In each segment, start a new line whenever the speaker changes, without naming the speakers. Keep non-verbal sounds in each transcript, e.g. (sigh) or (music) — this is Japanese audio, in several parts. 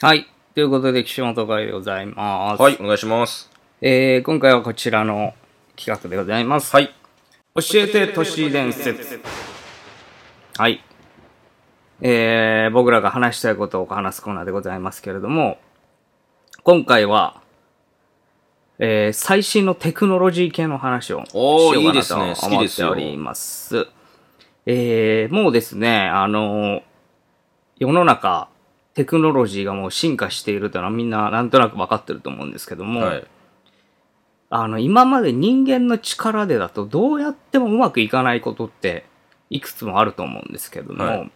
はい。ということで、岸本会でございます。
はい、お願いします。
えー今回はこちらの企画でございます。
はい。
教えて都市伝説。はい。えー僕らが話したいことを話すコーナーでございますけれども、今回は、えー最新のテクノロジー系の話をし
お
よ
ー
うかない
いです
と
ね好き
思
で
っ
す
て
よ
おります。えーもうですね、あのー世の中、テクノロジーがもう進化しているというのはみんななんとなく分かってると思うんですけども、
はい。
あの、今まで人間の力でだとどうやってもうまくいかないことっていくつもあると思うんですけども、
はい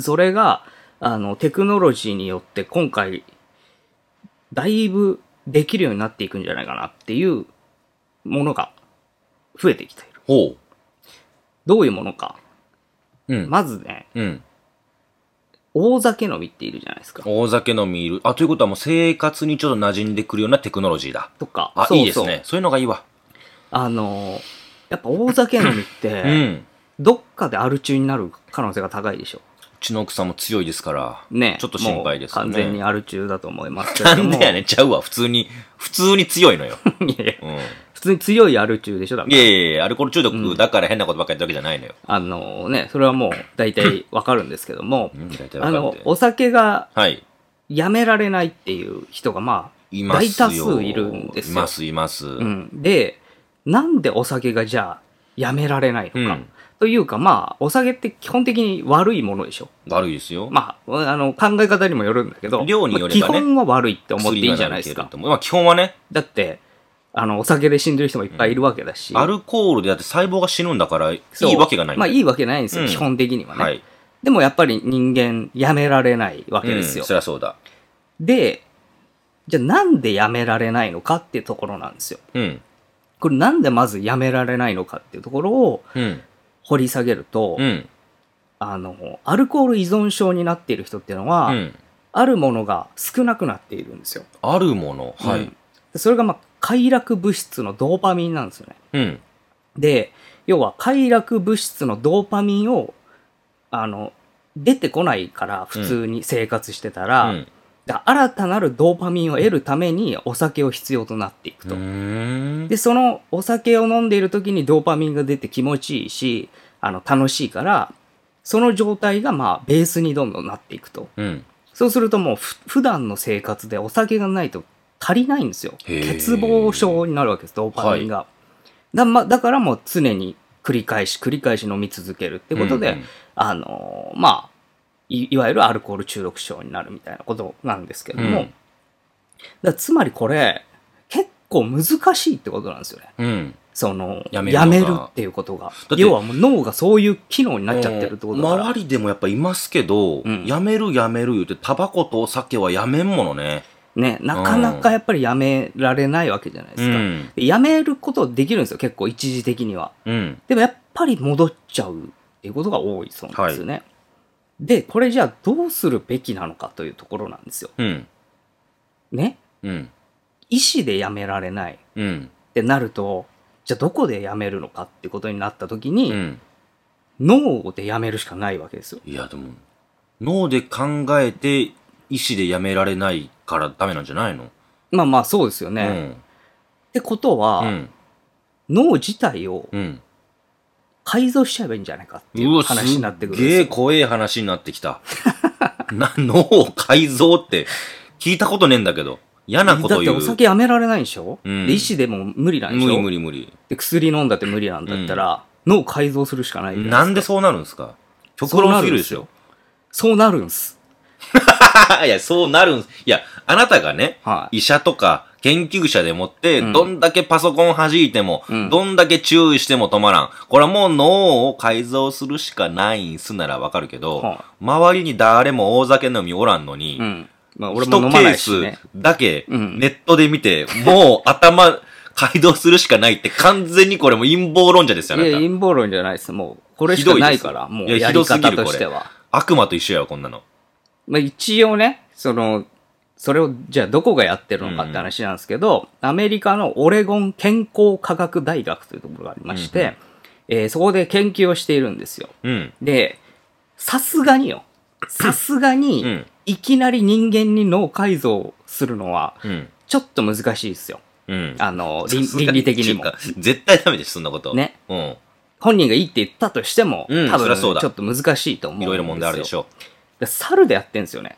それが、あの、テクノロジーによって今回、だいぶできるようになっていくんじゃないかなっていうものが増えてきている。
ほ
どういうものか。
う。うん。
まずね、
うん。
大酒飲みっているじゃないですか。
大酒飲みいる。あ、ということはもう生活にちょっと馴染んでくるようなテクノロジーだ。
とか、そ
あ、
うそう
いいですね。そういうのがいいわ。
あの、やっぱ大酒飲みっ
う
て、
ん。
どっかでアル中になる可能性が高いでしょ。
うちの奥さんも強いですから。
ね、
ちょっと心配ですね
もう完全にアル中だと思いますけれ
な
ども。
んでやねんちゃうわ。普通に、普通に強い
(laughs)
のよ。
いやいや
うん。
普通に強いアル中でしょだから
いやいやいや、アルコール中毒だから変なことばっかり言ってるわけじゃないのよ。
あのね、それはもう大
(laughs)
体わかるんですけども
う、ん、大体
あ
わか
の
るん、で。
お酒が
はい。
やめられないっていう人がまあ、
いますよ。
大多数いるんですよ
います、います。う。
うんん。で、なんでお酒がじゃあやめられないのか。というかまあ、お酒って基本的に悪いものでしょ。
悪いですよ。
まあ、あの、考え方にもよるんだけど、
量によればね
まあ基本は悪いって
あ
思っていいじゃないですか。
まあ、基本はね、
だって、あの、お酒で死んでる人もいっぱいいるわけだし。
アルコールでだって細胞が死ぬんだから、い
そう
いわけがないん
まあ
だよ。
いいわけないんですよ、
うん
基本的にはね。
はい。
でもやっぱり人間やめられないわけです
う
よ
ん、。そりゃそうだ。
で、じゃあなんでやめられないのかっていうところなんですよ。
うん。
これなんでまずやめられないのかっていうところを
うん。
掘り下げると、
うん。
あの、アルコール依存症になっている人っていうのは、
うん。
あるものが少なくなっているんですよ。
あるもの。は
う
い
ん。でそれがまあ快楽物質のドーパミンなんですよね。
うん。
で、要は快楽物質のドーパミンを、あの、出てこないから、普通に生活してた
う
ら、
ん。
だから新たなるドーパミンを得るためにお酒を必要となっていく
う
と。
ーん。
で、そのお酒を飲んでいる時にドーパミンが出て気持ちいいし、あの、楽しいから、その状態がまあベースにどんどんなっていくと。
うん。
そうするともうふ普段の生活でお酒がないと足りないんですよ。
へー
欠乏症になるわけです、ドーパミンが。だま、だからもう常に繰り返し繰り返し飲み続けるってことで、
うん
あのーまあい、いわゆるアルコール中毒症になるみたいなことなんですけども、
うん
だつまりこれ、結構難しいってことなんですよね。
うん。うん。
その、や
や
め
め
る
るのが
っていうことが。
って
要はもう脳がそういう機能になっちゃってるってことだから。
周りでもやっぱいますけど、
うん
やめるやめる言うて、タバコとお酒はやめんものね。
ね、なかなかやっぱりやめられないわけじゃないで
う
すか。
ん。
でやめることできるんですよ、結構一時的には。
うん。
でもやっぱり戻っちゃうっていうことが多いそうなんですよね。で、これじゃあどうするべきなのかというところなんですよ。
うん。
ね。
うん。
意思でやめられないっ
うん。
てなると、じゃあどこでやめるのかってことになった時に、
うん。
脳でやめるしかないわけですよ。
いや、でも、脳で考えて、意思でやめられないからダメなんじゃないの
まあまあそうですよね。っ
うん。
てことは、
うん。
脳自体を
うん。
改造しちゃえばいいんじゃないかっていうう
わ
話になってくるん
すっ
で
げ
す
え
よ。
怖え話になってきた。 (laughs) な、脳改造って聞いたことねえんだけど。嫌なこ
だ
と
って
言う。
お酒やめられないでしょ、
うん
で意思でも無理なんでしょ
無理無理無理。
で薬飲んだって無理なんだったら、脳改造するしかないじゃ
なん
い
です
か
そうなるんですか極論すぎるでしょ。
そうなるんす。
(laughs) いや、そうなるんす。いや、あなたがね、
はい
医者とか研究者でもって、
うん
どんだけパソコン弾いても、
うん
どんだけ注意しても止まらん。これはもう脳を改造するしかないんすならわかるけど、
は
周りに誰も大酒飲みおらんのに、
うん。まあ俺
一
も飲まないしね
ケー。スだけ
うん
ネットで見て、もう頭改造するしかないって完全にこれもう陰謀論者ですよ、
いや、
あなた。
陰謀論じゃないです。もう、これしかないから、
ひど
も
いうですよい
や
やひ
り
どすぎる
方としては。
悪魔と一緒やわ、こんなの。
まあ一応ね、その、それを、じゃあどこがやってるのかって話なんですけど、アメリカのオレゴン健康科学大学というところがありまして、
うんう
えーそこで研究をしているんですよ。
うん。
で、さすがによ。さすが
う
に
ん、
意いきなり人間に脳改造するのは、
うん。
ちょっと難しいですよ。
うん。
あ
(laughs)
の、
さ
倫
すが
倫理的にも
って。いうか絶対ダメです、そんなこと。
ね。
うん。
本人がいいって言ったとしても、
うん
多
そ
分
りゃ
ちょ
そうだ
っと難しいと思うんです
い
よ。
ろいろ問題あるでし
ょ。
ょ
猿でやってんですよね。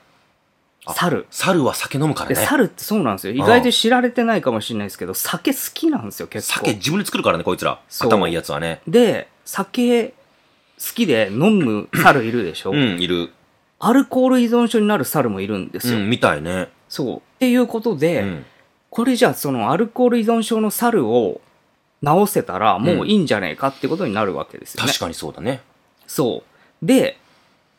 あ
猿
う。。猿は酒飲むから
で
ね。
猿ってそうなんですよ。意外と知られてないかもしれないですけど、酒好きなんですよ、結構。
酒自分で作るからね、こいつら。
そう
頭いいやつはね。
で、酒好きで飲
(clears throat)
む猿いるでしょ、
うん、いる。
アルコール依存症になる猿もいるんですよ。
うん、みたいね。
そう。っていうこと
う
で、
ん。
これじゃあそのアルコール依存症の猿を治せたらもういいんじゃねえかってことになるわけですよね。
確かにそうだね。
そう。で、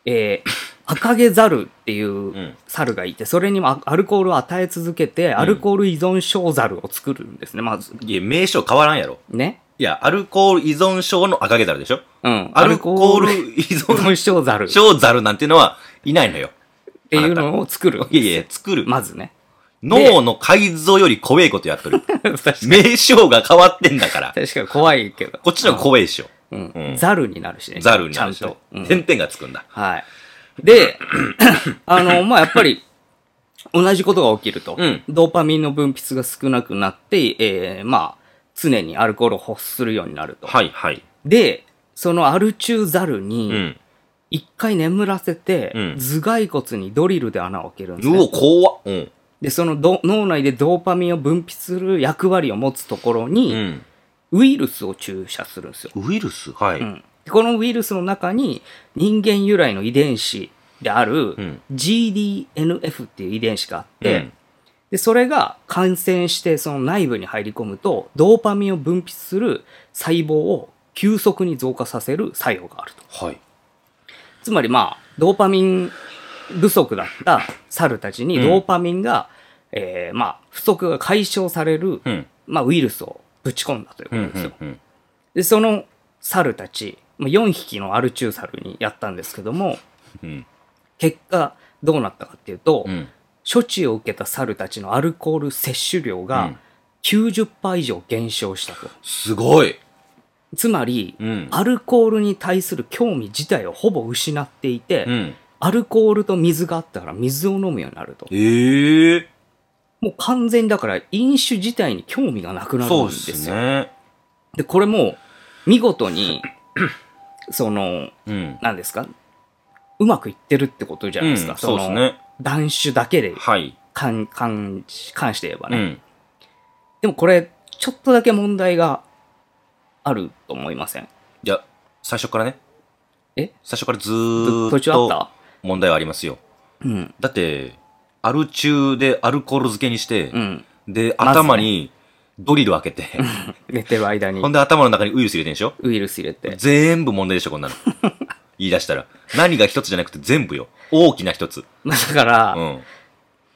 えー、 (coughs) 赤毛猿っていううん猿がいて、それにもアアルコールを与え続けて、アルコール依存症猿を作るんですね、まず。
いや、名称変わらんやろ。
ね。
いや、アルコール依存症の赤毛猿でしょ
うん。
アルコール
アル
依
コール
(laughs)
依
存
存症猿っ
症猿なんていうのはいないのよ。
ていうのを作るんです
い
よ。
やいや、作る。
まずね。 (laughs)
脳の改造より怖いことやっとる。 (laughs)
確かに。
名称が変わってんだから。
確かに怖いけど。
こっちの方が怖いでしょ。
うん
うん
ザルになるしね。
ザルになるし
ちゃんと。うん
点々がつくんだ。
はい。で、あの、まあ、やっぱり、同じことが起きると、
うん
ドーパミンの分泌が少なくなって、えー、まあ、常にアルコールを欲するようになると。
はいはい。
で、そのアルチューザル
う
に、
ん。
一回眠らせて、
うん
頭蓋骨にドリルで穴を開けるんです、
うお、
ね。
怖っ。うん。
で、そのど脳内でドーパミンを分泌する役割を持つところ
う
に、
ん。
ウイルスを注射するんですよ。
ウイルスはい。
うんでこのウイルスの中に人間由来の遺伝子である
うん
GDNF っていう遺伝子があっ
で
て、でそれが感染してその内部に入り込むとドーパミンを分泌する細胞を急速に増加させる作用があると
はい。
つまりまあドーパミン不足だった猿たちに
うん
ドーパミンが、えーまあ、不足が解消される、
うん。
まあ、ウイルスをぶち込んだというこ
う
と
ん
ですよ。。
うん
で、その猿たち、まあ4匹のアルチュー猿にやったんですけども、
うん。
結果どうなったかっていうと、
うん。
処置を受けた猿たちのアルコール摂取量
う
が
ん
90%以上減少したと。
すごい。
つまり、
うん。
アルコールに対する興味自体をほぼ失っていて、
うん。
アルコールと水があったから水を飲むようになると。
ええ。
もう完全にだから飲酒自体に興味がなくなる
そ
ん
う
で
です
よ。
すね。
で、これも見事に、
(laughs)
その、
うん。
なんですかうまくいってるってことじゃないですか。
うん
そ
そう
の
ですね。
断酒だけで
はい。
関関関して言えば
う
ね、
ん。
でもこれ、ちょっとだけ問題があると思いません
いや、最初からね。
え
最初からず
と
ー
途
っ
中あっ
と
た
問題はありますよ。
うん。
だって、アル中でアルコール漬けにして、
うん。
で、
まずね
頭にドリル開けて、
寝てる間に
ほんで頭の中にウイルス入れてんでしょ
ウイルス入れて。
全部問題でしょ、こん
(laughs)
なの。言い出したら。何が一つじゃなくて全部よ。大きな一つ。
まあだから、
うん。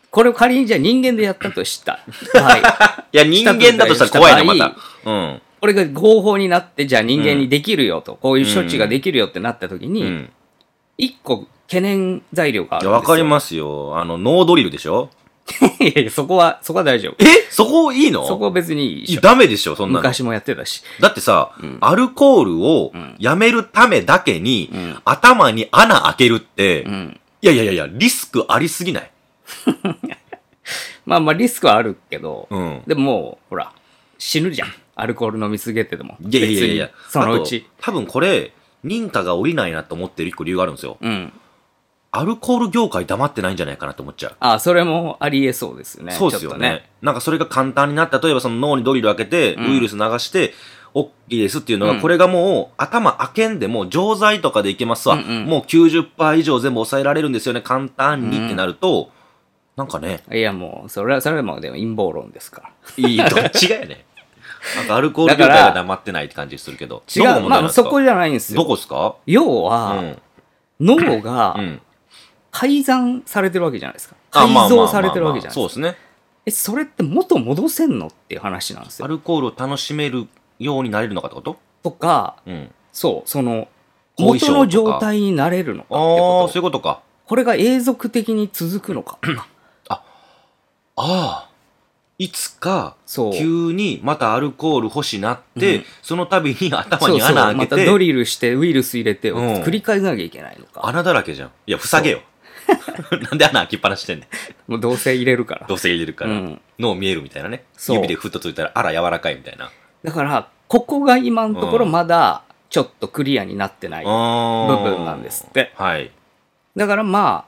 これを仮にじゃあ人間でやったとした。はい。
(laughs) いや、人間だとしたら怖いな、また。うん。
これが合法になって、じゃあ人間にできるよと、こういう処置ができるよってなった時
う
に、
ん。
一、個懸念材料があ
い
る
や、
んですよ。
わかりますよ。あの、ノードリルでしょ
す。いやいや、そこは、そこは大丈夫。
えそこいいの
そこは別にいいで
い
しょ
やダメでしょ、そんなの。
昔もやってたし。
だってさ、アルコールをやめるためだけに、
ん
頭に穴開けるって、
うん。
いやいやいやいや、リスクありすぎない。
まあまあリスクはあるけど、
うん。
でももう、ほら、死ぬじゃん。アルコール飲みすぎてても。
いやいやいやいや
別にそのうち。
あと多分これ、認可が下りないなと思ってる一個理由があるんですよ。
うん。
アルコール業界黙ってないんじゃないかなと思っちゃう。
あそれもありえそうですね。
そうですよ
ちょっと
ね。なんかそれが簡単になった。例えばその脳にドリル開けて、
うん
ウイルス流して、OK ですっていうのが、
うん
これがもう頭開けんでも、錠剤とかでいけますわ。
うんうん
もう90%以上全部抑えられるんですよね。簡単に
うん
ってなると、なんかね、
いやもう、それは、それはもうでも陰謀論ですから。
いい、どっちが
(laughs)
やね。なんかアルコール業界が黙ってないって感じするけど。
違
どこが
う、
問題
ま
なん
あ
です
そ
か
こじゃないんです
ど
よ。
こですか
要
う
は、
ん。
脳が
うん。
改ざんされてるわけじゃないですか。
あ
改
まあまあまあま
造
あ
されてるわけじゃない
そう
でか。
ですすね。
え、それって元戻せんのっていう話なんです
ア
よ。
ルコールを楽しめるようになれるのかってこと
とか、
うん。
そう、その、
後遺症
元
とか
の状態になれるのかって
ああー、
こ
そう
と。
いうことか。
これが永続的に続くのか。
ああ。いつか、
そう。
急にまたアルコール欲しなって、
うん
その度に頭
そう
に
そう
穴開
ま
け
た
て、
ドリルしてウイルス入れてを
うん
繰り返さなきゃいけないのか。
穴だらけじゃん。いや、塞げよ。 (laughs) なんで穴開きっぱなしてんねん。
もうどうせ入れるから
ど。うせ入れるから、
うん
脳見えるみたいなね。
そう
指でふっとついたら、あら、柔らかいみたいな。
だから、ここが今のところ
うん
まだちょっとクリアになってない。
部
部分なんですって
はい。
だからま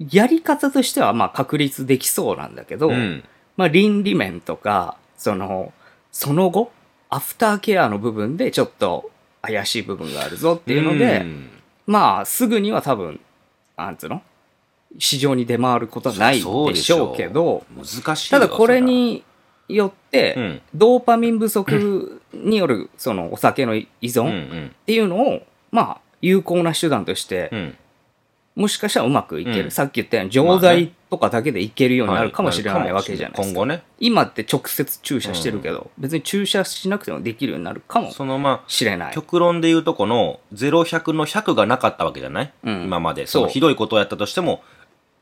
あ、やり方としてはまあ確立できそうなんだけど、
うん。
まあ倫理面とか、その、その後、アフターケアの部分でちょっと怪しい部分があるぞっていうので、
ん
まあすぐには多分、なんつうの市場に出回ることはないでしょうけど、。
そうでしょう難しい
た
よ
だこれ、によって、
そりゃうん。
ドーパミン不足によるそのお酒の依
うん
存っていうのを、まあ、有効な手段として
うん。う、ん。
もしかしたらうまくいける、
うん
さっき言ったように、錠
まあね
剤とかだけでいけるようになるかもしれ
は
ないわけじゃないですか。
今後ね。
今って直接注射してるけど、別に注射しなくてもできるようになるかも
そのま
しれな
あ、
い。
極論で言うとこの、0、100の100がなかったわけじゃない
うん
今まで。
そう
そのひどいことをやったとしても、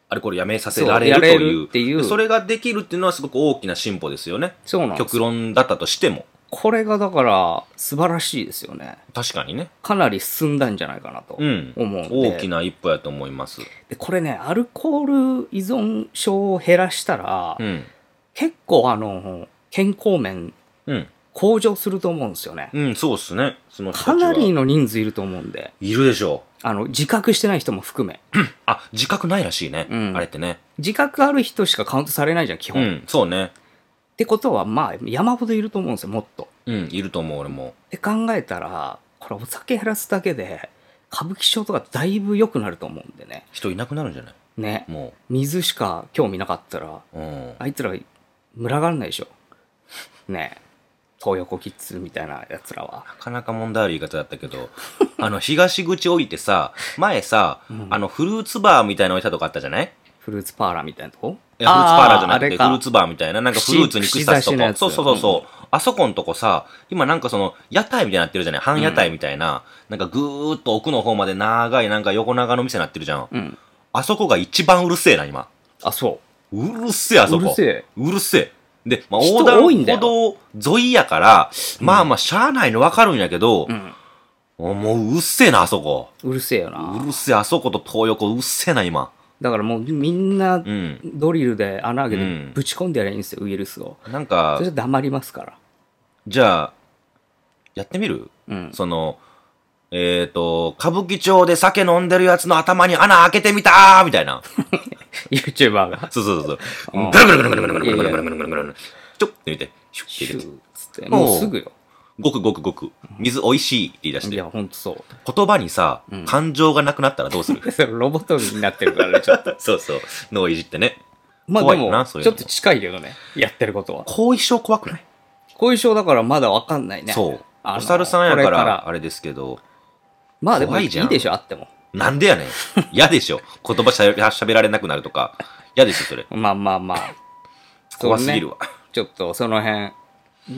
あれこれやめさせられ
そう
ると
やれ
いう。
るっていう
でそれができるっていうのはすごく大きな進歩ですよね。
そうなんです
極。論だったとしても。
これがだから素晴らしいですよね。
確かにね。
かなり進んだんじゃないかなと
う
思
ん。
うんで、
大きな一歩やと思います。
でこれね、アルコール依存症を減らしたら、
うん。
結構あの、健康面
うん。
向上すると思うんですよね。
うん、そうっすね。その人たち
かな
は
りの人数いると思うんで、
いるでしょ
あの、自覚してない人も含め。
う。あ、自覚ないらしいね。
うん
あれってね。
自覚ある人しかカウントされないじゃん、基
う
本。っ
ん、そうね。
てことは、まあ、山ほどいると思うんですよ、もっと。
うん、いると思う、俺も。
って考えたら、これお酒減らすだけで、歌舞伎町とかだいぶ良くなると思うんでね。
人いなくなるんじゃない
ね。
も
水しか興味なかったら、
う。うん。
あいつら群がらないでしょ。ねえ。東横キッズみたいなやつらは。
なかなか問題ある言い方だったけど、 (laughs) あの、東口置いてさ、前さ、あの、フルーツバーみたいなお店とかあったじゃない
フルーツパーラーみたいなとこ
いやフルーツパーラーじゃなく
あ
て、
れ
フ
か
ルーツバーみたいな、なんかフルーツに
串
串刺しと
串刺しのや
か。
つ
そうそうそうそう、あそこんとこさ、今なんかその、屋台みたいになってるじゃない半屋台みたいな、なんかぐーっと奥の方まで長いなんか横長の店になってるじゃん。
うん。
あそこが一番うるせえな、今。
あ、そう
るせえ、あそこ。
うるせえ。
うるせえ。で、まあ、
人
横
多いんだ
断歩
よ
道沿いやから、まあまあ、しゃあないのわかるんやけど
う。う、ん。
もううっせえな、あそこ。
うるせえよ
う
な。
るせえ、あそこと東横うっせえな、今。
だからもうみんな
うん。
ドリルで穴開け
うん
てぶち込んでやればいいんですよ、ウイルスを。
なんか
それ、じゃ黙りますから。
じゃあ、やってみる
うん。
その、えっ、と、歌舞伎町で酒飲んでるやつの頭に穴開けてみたーみたいな。
YouTuber
(laughs)
が。
そうそうそう
う
そう。
ん
ぐるぐるぐるぐるぐるぐるぐるぐるぐるぐるぐる。ちょってみて。シュッて
シュ
入れ
ー
て。
っつって。もうすぐよ。
ごくごくごく。水おいしいって言い出し
い
て。
や、ほんとそう。 (laughs)
言葉にさ、
ん
感情がなくなったらどうす
(laughs)
る
それロボットになってるからね、ちょっと。
そうそう。脳いじってね。
まあ
(laughs) 怖
で
いよな
も、
そうい
ち
うの
ょっと近いけどね、やってることは。
後遺症怖くない、
後遺症だからまだわかんないね。
そう。
あの
お猿さん
こ
やか
れ
ら、あれですけど。
まあでも
怖
い
い
い
じゃん
でしょ、あっても。
なんでやねん。嫌でしょ。言葉しゃべしゃべられなくなるとか。嫌でしょ、それ。
まあまあまあ。
怖すぎる
わ。
わ。
ちょっとその辺、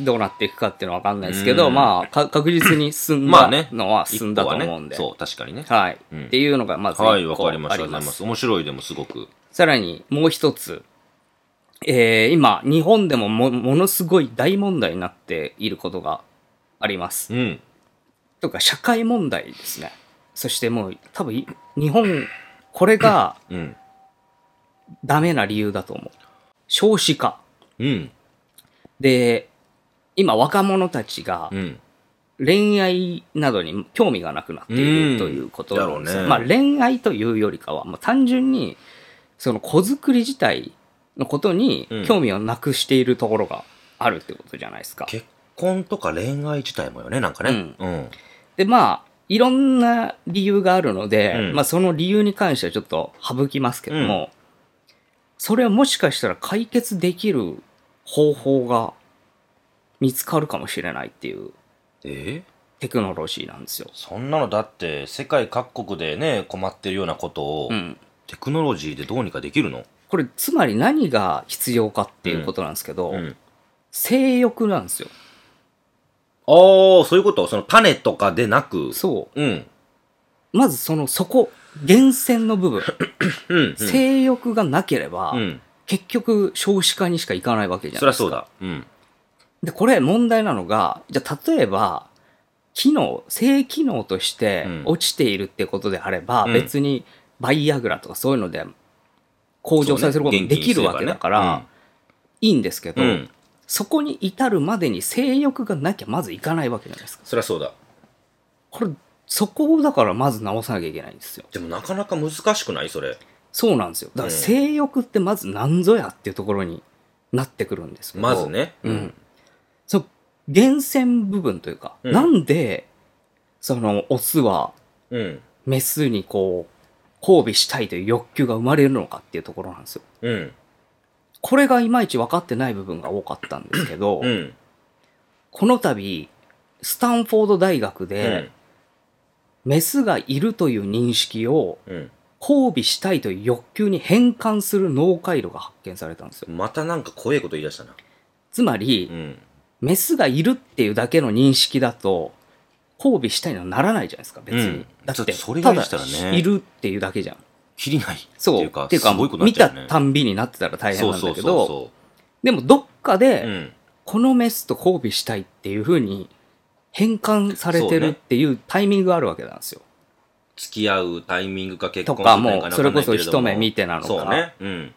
どうなっていくかっていうのはわかんないですけど、
うん
まあ、か確実に進ん
ま
だ
あね。
のは進んだと思うんで。
一歩はねそう、確かにね。
はい、
うん
っていうのがまず
はい、
一
わ
個
か
あ
り
り
ま
ます
した。ありがとうございます。面白いでもすごく。
さらにもう一つ、えー今、日本でももものすごい大問題になっていることがあります。
うん。
とか社会問題ですね。そしてもう多分い日本、これが
うん。
ダメな理由だと思う。少子化。
うん。
で、今若者たちが
うん。
恋愛などに興味がなくなってい
うん
るということなんですよ
だろうね
まあ恋愛というよりかは、もう単純にその子作り自体のことに
うん
興味をなくしているところがあるってことじゃないですか。
結婚とか恋愛自体もよね、なんかね。うん。
で、まあ、いろんな理由があるので、
うん
まあその理由に関してはちょっと省きますけども、それはもしかしたら解決できる方法が見つかるかもしれないっていう
えー
テクノロジーなんですよ。
そんなのだって、世界各国でね、困ってるようなことを、
うん。
テクノロジーでどうにかできるの
これ、つまり何が必要かっていうことなんですけど、
うん。
性欲なんですよ。
ああ、そういうことその種とかでなく。
そ
うん。
う。まずその、そこ、源泉の部分、
うん。
性欲がなければ、
うん。
結局少子化にしかいかないわけじゃ
そ
ない
り
ですか。
ゃそうだ。うん。
で、これ問題なのが、じゃあ例えば、機能、性機能として
うん
落ちているってことであれば、
うん
別にバイアグラとかそういうので向上させることもできるわけだから、
そうね
いいんですけど、
うんうん
そこに至るまでに性欲がなきゃまずいかないわけじゃないですか。
そりゃそうだ
これ、そこをだからまず直さなきゃいけないんですよ。
でもなかなか難しくないそれ
そうなんですよ。だから
うん
性欲ってまず何ぞやっていうところになってくるんですけど。
まず。ね
うん。その源泉部分というか、
うん
なんで、その、オスは
うん
メスにこう、交尾したいという欲求が生まれるのかっていうところなんですよ。
うん
これがいまいち分かってない部分が多かったんですけど、
うん
この度、スタンフォード大学
う
で
ん、
メスがいるという認識を、
うん
交尾したいという欲求に変換する脳回路が発見されたんですよ。
またなんか怖いこと言い出したな
つまり、
うん
メスがいるっていうだけの認識だと、交尾したいのはならないじゃないですか、別に。
うん
だっ
ち
て、
ょそれがでした
た
らね
だいるっていうだけじゃん。
きりないって
そう。
いうかすごいこと
見
にな
た
っちゃうよね
たんびになってたら大変なんだけど、
そ
でもどっか
うそうそう
で、
ん
このメスと交尾したいっていうふうに変換されてるっていうタイミングがあるわけなんですよ。
付き合うタイミングか結
と
婚
か
する
も
か
う、
な
それこそ一目見
て
てなの
そ
か
う
な。
ねうん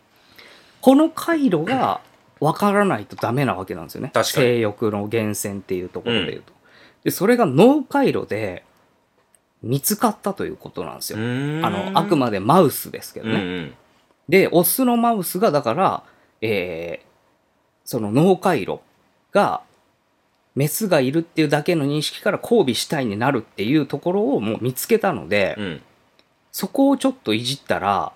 この回路が分からないとダメなわけなんですよね。
確かに
性欲の源泉っていうところで言うと。で、それが脳回路で見つかったということなんですよ。あ
あ
の、あくまでマウスですけど
う
ね。
んうん
で、オスのマウスが、だから、えーその脳回路が、メスがいるっていうだけの認識から交尾したいになるっていうところをもう見つけたので、
うん
そこをちょっといじったら、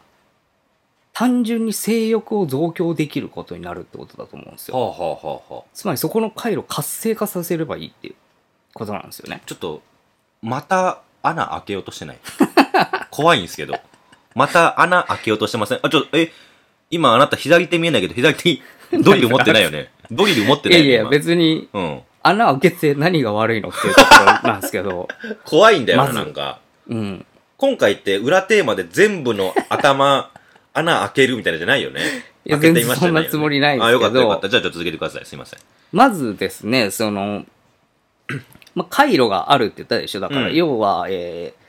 単純に性欲を増強できることになるってことだと思うんです
は
よ。
あはあはあはあ
つまりそこの回路を活性化させればいいっていうことなんですよね。
ちょっと、また穴開けようとしてない (laughs) 怖いんですけど。また穴開けようとしてませんあ、ちょ、え、今あなた左手見えないけど、左手にドリル持ってない
(laughs)
よね。ドリル持って
い
な
や
いよ
い
ね。
や、
今
別に
うん。
穴開けて何が悪いのっていうところなんですけ
(laughs)
ど、
怖いんだよな、
まず
なんか。
うん。
今回って裏テーマで全部の頭、穴開けるみたいなのじゃないよね。
いや
開けてみましたじゃよ
全然そ
ね
んなつもりないんですけど
あ、よかったよかった。じゃあちょっと続けてください。すいません。
まずですね、その、まあ、回路があるって言ったでしょ。だから、
うん
要は、えー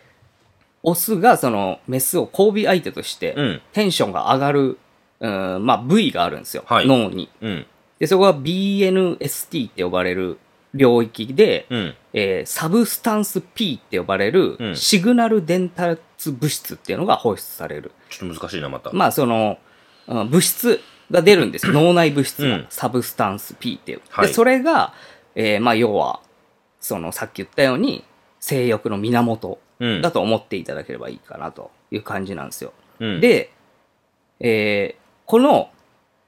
オスがそのメスを交尾相手として、
うん。
テンションが上がる、うんまあ、部位があるんですよ、
はい
脳に。
うん。
で、そこは BNST って呼ばれる領域で、
うん。
えーサブスタンス P って呼ばれ
う
る
ん
シグナル伝達物質っていうのが放出される。
ちょっと難しいな、また。
まあ、その、うん物質が出るんですよ。脳内物質
うん
が、サブスタンス P っていう。
はい
で、それが、えーまあ、要は、その、さっき言ったように、性欲の源
うん。
だと思っていただければいいかなという感じなんですよ。
うん、
で、えーこの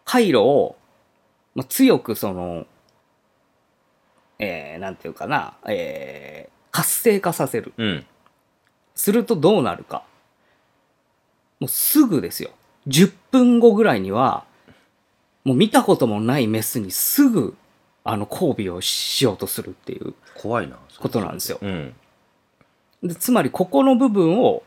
回路を、まあ、強くその、えーなんていうかな、えー活性化させる。
うん。
するとどうなるか。もうすぐですよ。10分後ぐらいには、もう見たこともないメスにすぐ、あの、交尾をしようとするっていう
怖いな。それ
ことなんですよ。
うん。
でつまり、ここの部分を、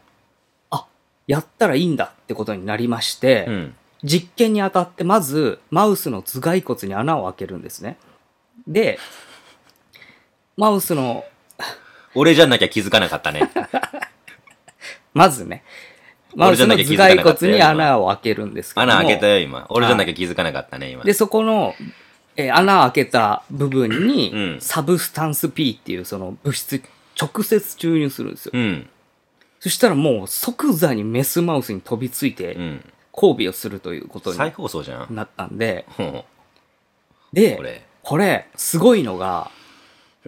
あ、やったらいいんだってことになりまして、
うん。
実験にあたってまずマウスの頭蓋骨に穴を開けるんですね。で、マウスの、
俺じゃなきゃ気づかなかった (laughs) ね。
まずね、マ
俺
ウ
じゃ
ス
な
の
きゃ
頭
気づかな
蓋
かったよ
骨に穴を開けるんですけども
穴開けたよ、今。俺じゃなきゃ気づかなかったね、今。
で、そこの、えー穴開けた部分に、
うん
サブスタンス P っていうその物質、直接注入するんですよ。
うん。
そしたらもう即座にメスマウスに飛びついて
う、ん。
交尾をするということに
再放送じゃん。
なったんで、
うん
で
こ、れ。
これ、すごいのが、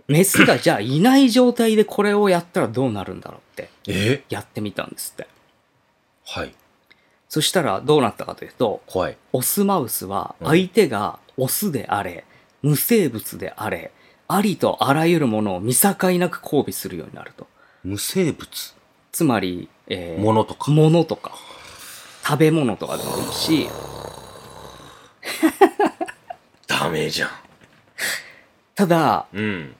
メスがじゃあいない状態でこれをやったらどうなるんだろうって、
え
やってみたんですって。
はい。
そしたらどうなったかというと、
怖い。
オスマウスは相手がオスであれ、無生物であれ、ありとあらゆるものを見境なく交尾するようになると。
無生物
つまり、えー、
ものとか。
物とか、食べ物とかでもいいし、
ダメじゃん。
ただ、
うん。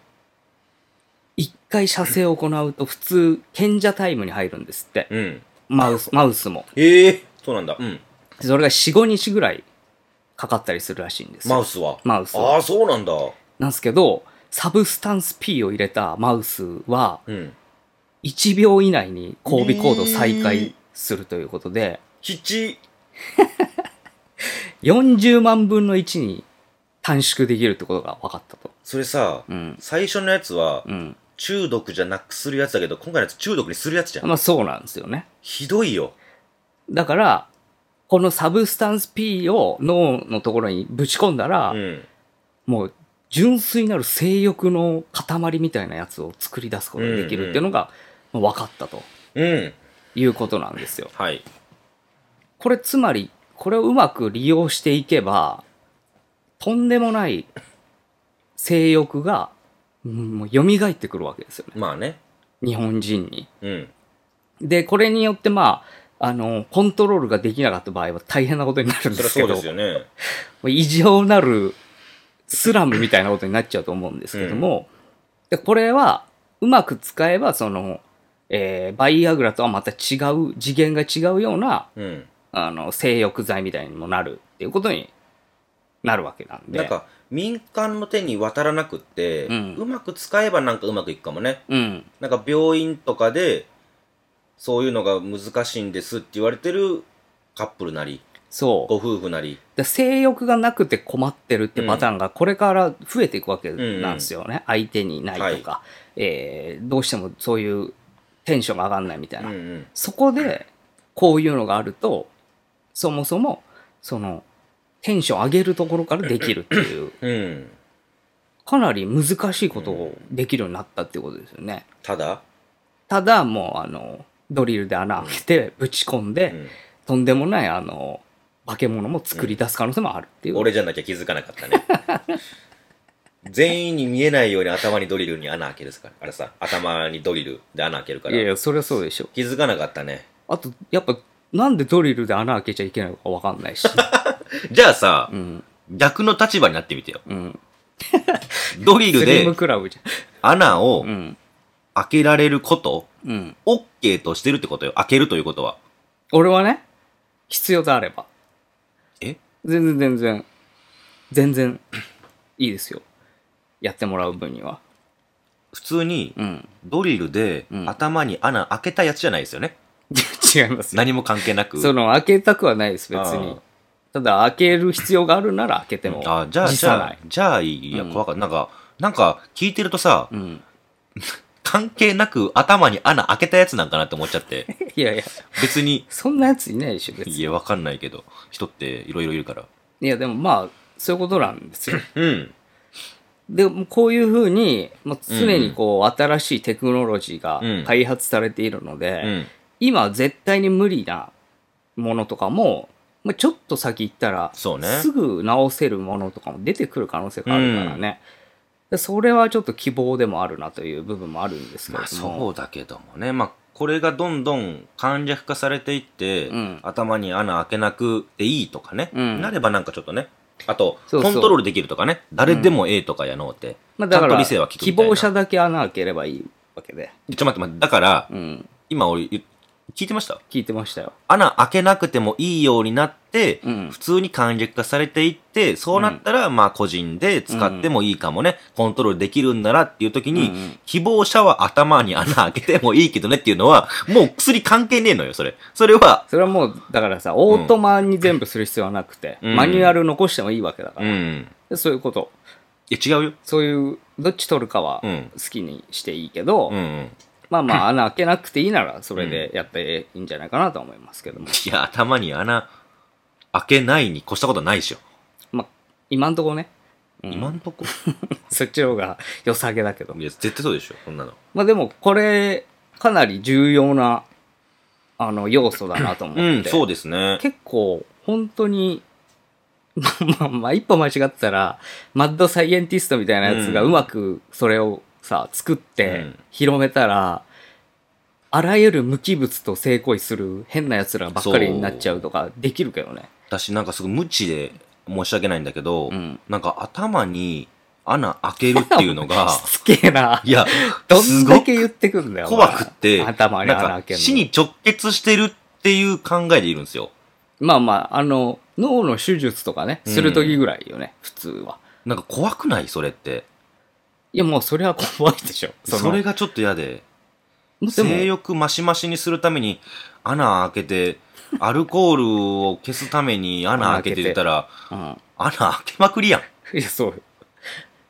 一回射精を行うと普通、賢者タイムに入るんですって。
うん。
マウス、マウスも。
ええそうなんだ。うん。
それが4、5日ぐらいかかったりするらしいんですよ
マウスは。
マウスは
ああ、そうなんだ。
なんですけど、サブスタンス P を入れたマウスは、
うん。
1秒以内に交尾行動を再開するということで、
七。
40万分の1に短縮できるってことが分かったと。
それさ、
うん。
最初のやつは
うん。
中毒じゃなくするやつだけど、今回のやつ中毒にするやつじゃん。
まあそうなんですよね。
ひどいよ。
だから、このサブスタンス P を脳のところにぶち込んだら、
うん。
もう純粋なる性欲の塊みたいなやつを作り出すことができるっていうのがまあ分かったと
うん。
いうことなんですよ。
はい。
これつまり、これをうまく利用していけば、とんでもない性欲が、うんもう蘇ってくるわけですよね。
まあね。
日本人に。
うん。
で、これによってまあ、あの、コントロールができなかった場合は大変なことになるん
そ
で
りゃ
すけ
そう
ど、
ですよね。
もう異常なるスラムみたいなことになっちゃうと思うんですけども、でこれはうまく使えば、その、えーバイアグラとはまた違う、次元が違うような
うん。
あの、性欲罪みたいにもなるっていうことになるわけなんで。
なんか、民間の手に渡らなくって、
うん
うまく使えばなんかうまくいくかもね。
うん。
なんか病院とかで、そういうのが難しいんですって言われてるカップルなり、
そ
ご夫婦なり。
う。で性欲がなくて困ってるってパターンがこれから増えていくわけなんですよね。相手にないとか、えーどうしてもそういうテンションが上がんないみた
う
い
ん
な。
うん。
そこで、こういうのがあると、そもそも、その、テンション上げるところからできるっていう、
うん。
かなり難しいことをできるようになったっていうことですよね。
ただ、
ただもうあのドリルで穴開けてぶち込んで、
うん
とんでもないあの化け物も作り出す可能性もあるっていう、
俺じゃなきゃ気づかなかったね。
(laughs)
全員に見えないように頭にドリルに穴開けるですから。あれさ、頭にドリルで穴開けるか
いやい
ら。
やそれはそうでしょ
気づかなかったね。
あとやっぱなんでドリルで穴開けちゃいけないのかわかんない
(laughs)
し
じゃあさ、
うん
逆の立場になってみてよ。
うん
ドリル
スリム
で
クラブじ
穴を
ゃんうん
開けられること、
うん
オッケーとしてるってことよ。開けるということは。
俺はね必要であれば
え
全然全然全然いいですよやってもらう分には
普通に
うん (laughs)
ドリルで
うん
頭に穴開けたやつじゃないですよね。
違いますよ
何も関係なく。
その開けたくはないです別
あ
に
ー
ただ開ける必要があるなら開けても
あじゃあ、
辞
じ
さ
ゃ
な
あ
い、
じゃあいい。いや、
うん
怖かった。なんか、なんか聞いてるとさ、
うん、
関係なく頭に穴開けたやつなんかなって思っちゃって。
いやいや
別に、
(laughs) そんなやついないでしょ別に
いや、わかんないけど、人っていろいろいるから。
いやでもまあそういうことなんですよ
うん。
でもこういうふうに、まあ、常にこう、新しいテクノロジーが
うん
開発されているので、
うん。
今絶対に無理なものとかも、まあ、ちょっと先行ったら、
そうね
すぐ直せるものとかも出てくる可能性があるからね、でそれはちょっと希望でもあるなという部分もあるんですけ
ま
れ
あ、
ども、
そうだけどもね。まあ、これがどんどん簡略化されていって、
うん
頭に穴開けなくていいとかね。
うん
なればなんかちょっとね。あと、
そうそう
コントロールできるとかね。誰でもええとかやのうって。
まあ、だか
ちゃんと
ら
理性は聞くみた
希
いな
望者だけ穴開ければいいわけで、
ちょ、待って待って。だから、
うん、
今俺言、聞いてました
聞いてましたよ。
穴開けなくてもいいようになって、
うん
普通に簡略化されていって、そうなったら、まあ個人で使ってもいいかもね、コントロールできるんならっていう時に、
うんうん
希望者は頭に穴開けてもいいけどねっていうのは、もう薬関係ねえのよ、それ。それは、
それはもう、だからさ、オートマに全部する必要はなくて、
うん
マニュアル残してもいいわけだか
う
ら、
ん。
でそういうこと。
いや、違うよ。
そういう、どっち取るかは
う
好
ん
きにしていいけど、
うんうん。
まあま
(laughs)
あ、穴開けなくていいなら、それでやっていいんじゃないかなと思いますけども。
いや、頭に穴開けないに越したことはないでしょ。
まあ、今んとこね、うん
今んとこ。
そっちの方が良さげだけど。
いや、絶対そうでしょ、こんなの。
まあでも、これ、かなり重要な、あの、要素だなと思って。
うん、そうですね。
結構、本当に、まあまあまあ、一歩間違ってたら、マッドサイエンティストみたいなやつが
う
うんまくそれをさ、作っ
う
て
ん、
広めたら、あらゆる無機物と性行為する変な奴らばっかりになっちゃうとか、できるけどね。
私なんかすごい無知で申し訳ないんだけど、
うん、
なんか頭に穴開けるっていうのが
すげえな。
いや、
ど
す
ん
ご
だ
く
け言ってくんだよ。
怖くって、
お前頭に穴
な
開
ん
け
か
る
死に直結してるっていう考えでいるんですよ。
まあまあ、あの、脳の手術とかね、するときぐらいよね、普通は。
なんか怖くないそれって。
いや、もうそれは怖いでしょ。
そ
の
れがちょっと嫌で。
もでも
性欲マシマシにするために穴開けて、アルコールを消すために穴開けて出たら、
うん。
穴開けまくりや
(laughs) いや、そうよ。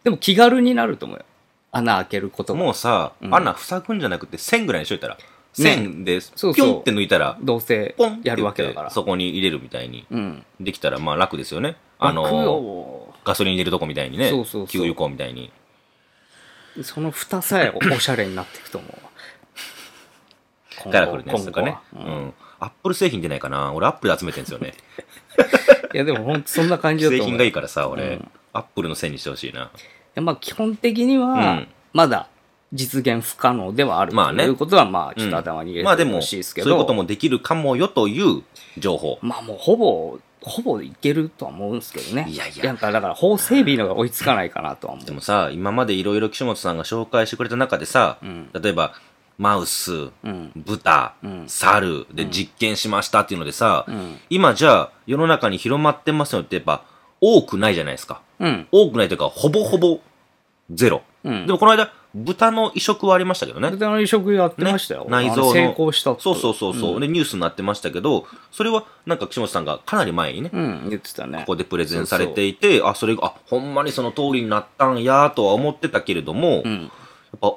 でも気軽になると思うよ。穴開けること
ん。
も。
もうさ、
うん
穴塞ぐんじゃなくて線ぐらいにしといたら、線でピ
そう
ョンって抜いたら、
どうせ
ポンって
やる
言
わ
っ
けだ
て
から。
そこに入れるみたいに
うん。
できたら、まあ楽ですよね。あ
楽
の、
よ
ガソリン入れるとこみたいにね
そうそうそう、
給油口みたいに。
その蓋さ
(laughs)
えおおしゃれになっていくと思うわ。
カラフルなやつとかね。う
今後はうん
ん。アップル製品出ないかな俺アップル集めてんですよ
(laughs)
ね。
いや、でも本当そんな感じだと
製
思う。
品がいいからさ、俺
うん、
アップルの線にしてほしいな。
でまあ、基本的には、
うん
まだ実現不可能ではある
まあ
と
ね
いうことは、まあ、ちょっと頭に入れ
まあ
て
で
おいてほ
も、
しい
そうい
ですけ
う
ど、
こともできるかもよという情報。
まあもうほぼ、ほぼいけるとは思うんですけどね。
いやいや
なんかだから法整備のが追いつかないかなとは思
で
う。
もさ、今までいろいろ岸本さんが紹介してくれた中でさ、
うん。
例えば、マウス、
うん。
豚
うん、
猿で
うん
実験しましたっていうのでさ
うん、
今じゃあ世の中に広まってますのってやっぱ多くないじゃないですか。
うん。
多くないというか、ほぼほぼゼロ。
うん。
でもこの間、豚の移植はありましたけどね。
豚の移植やってましたよ。
ね内臓の
あ成功したって
そうそうそうそう、でニュースになってましたけどそれはなんか岸本さんがかなり前にね、こ
うん、言ってたね。
こでプレゼンされていてあそれがあほんまにその通りになったんやとは思ってたけれども、
う
や
ん。
っぱ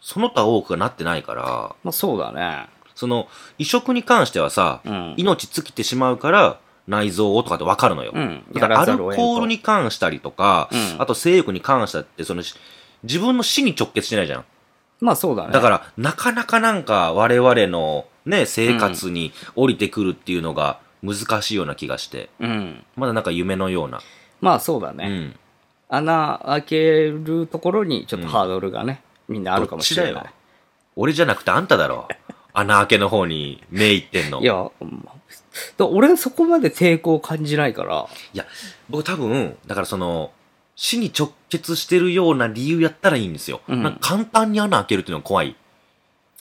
その他多くがなってないから
まあそうだね。
その移植に関してはさ、
うん
命尽きてしまうから内臓をとかって分かるのよ、
うん
だか
や
ら
ら
ア
ざ
ル
る
コ
を得んと
ールに関したりとか、
うん
あと性欲に関したってそのし自分の死に直結してないじゃん
まあそうだね。
だから、なかなかなんか我々のね、生活に降りてくるっていうのが難しいような気がして、
ら、うん。
まだなんか夢のような。
まあそうだ
う
ね。
ん。
穴開けるところにちょっとハードルがね、みんなあるかもしれ
どっ
な
ちだ
い
よ。俺じゃなくてあんただ
(laughs)
ろ。穴開けの方に目いってんの。
いや、うんだ俺そこまで抵抗を感じないから、
いや僕多分、だからその、死に直結してるような理由やったらいいんですよ。
うん
なんか簡単に穴開けるっていうのは怖い。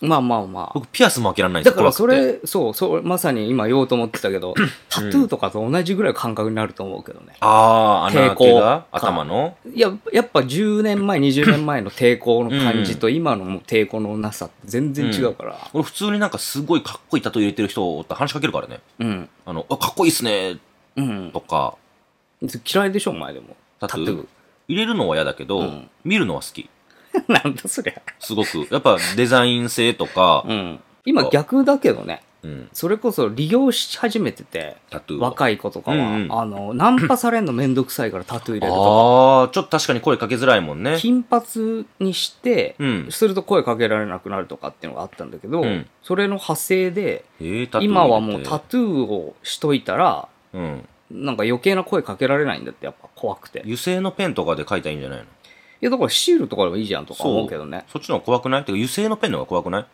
まあまあまあ。
僕ピアスも開けられないんで
だ
す
から
怖く
それ、
て
そう、そう、まさに今言おうと思ってたけど、タトゥーとかと同じぐらいの感覚になると思うけどね。
ああ、穴開け
抵
が
抗感
頭の
いや、やっぱ10年前、20年前の抵抗の感じと今の抵抗のなさって全然違うから。
俺普通になんかすごいかっこいいタトゥー入れてる人おったら話しかけるからね。
うん。
あの、あかっこいいっすね
うん。
とか、
嫌いでしょ、お前でも。
タトゥー
ー。
入れるのは嫌だけど、
うん
見るのは好き。
(laughs) なんだそりゃ。
すごく。やっぱデザイン性とか、
うん。今逆だけどね、
うん
それこそ利用し始めてて、
タトゥーは。
若い子とかは、
うんうん
あの、ナンパされんのめんどくさいからタトゥー入れると
ああ、ちょっと確かに声かけづらいもん
か、
ね。
金髪にして、
うん。
すると声かけられなくなるとかっていうのがあったんだけど、
うん
それの派生で、
えー、タトゥー入れて
今はもうタトゥーをしといたら、
うん。
なんか余計な声かけられないんだって、やっぱ怖くて。い
油性のペンとかで書いたらいいんじゃないの
や、だからシールとかでもいいじゃんとか思うけどね。
そっちの方が怖くないてか油性のペンの方が怖くない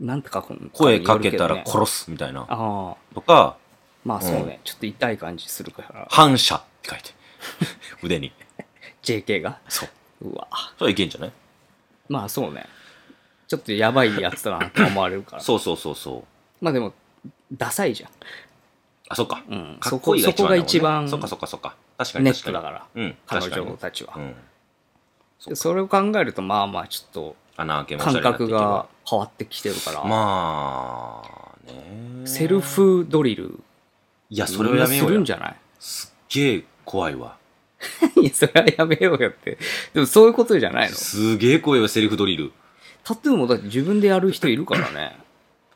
なんて書くの
声かけたら
れ。
殺すみたいな。
ああ、
とか、
まあそうね、ちょっと痛い感じするから、
反射って書いて。 (laughs) 腕に。
JK (laughs) が。
そう。
うわ。
それはいけんじゃない
まあそうね。ちょっとやばいやつだなって思われるから。
そうそうそうそう。
まあでも、ダサいじゃん。
あ、そっか。
うん
かっこいいが一番だもんね
そこそこが一番
そっかそっかそっか。確かに確かに。
ネックだから、
うん、
彼
確かに
女たちは。
うん。
でそれを考えると、まあまあちょっと
穴開けもおしゃ
感
れになっ
覚
ていけば
が変わってきてるから、
まあね
セルフドリル、
いやそれをやめよ
す
う
るん
よ
じゃない
すっげえ怖いわ
いや、それはやめようよって。でもそういうことじゃないの。
すげえ怖いわセルフドリル
タトゥーもだって自分でやる人いるからね。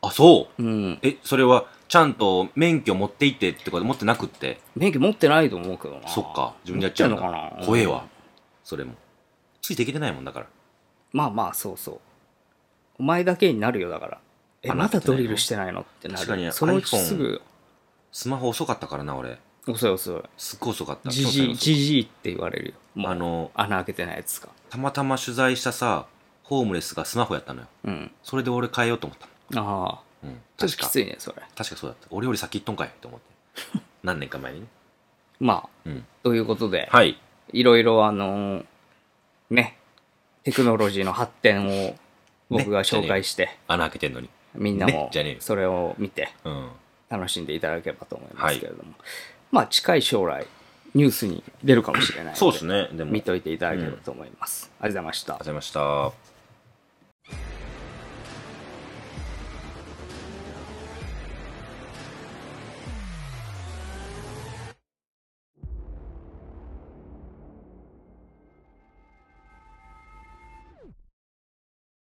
あそ
(coughs)
う
うん。
えそれはちゃんと免許持っていってってこと持ってなくって
免許持ってないと思うけどな。
そっか自分でやっちゃう
持っ
の
てんのかな
怖えわそれもついていけてないもんだから
まあまあ、そうそう。お前だけになるよ、だから。え、
あ
ま
なって
だ
ないの
ドリルしてないのってなる。
確かに
そのうちすぐ、
スマホ遅かったからな俺
遅い遅い。
すっごい遅かった
じじい、
今日の
じじいって言われるよ。もう
あの
穴開けてないやつか。
たまたま取材したさホームレスがスマホやったのよ
うん。
それで俺変えようと思った
ああ。
の、う
ち
ん、
ょっと
確
き
か
ついね、それ。
確かそうだった俺より先行っとんかいと思って (laughs) 何年か前にね
まあ、
うん
ということで、
はい
いろいろあのーね、テクノロジーの発
(laughs)
展を僕が紹介して、
穴開けてんのに
みんな
ね
も
じゃねえよ
それを見て
うん
楽しんでいただければと思いますけれども、まあ近い将来ニュースに出るかもしれないので
そうですねでもあり
見
がと
と
う
いていただければと思います。ありがとうございました
ご。ざいました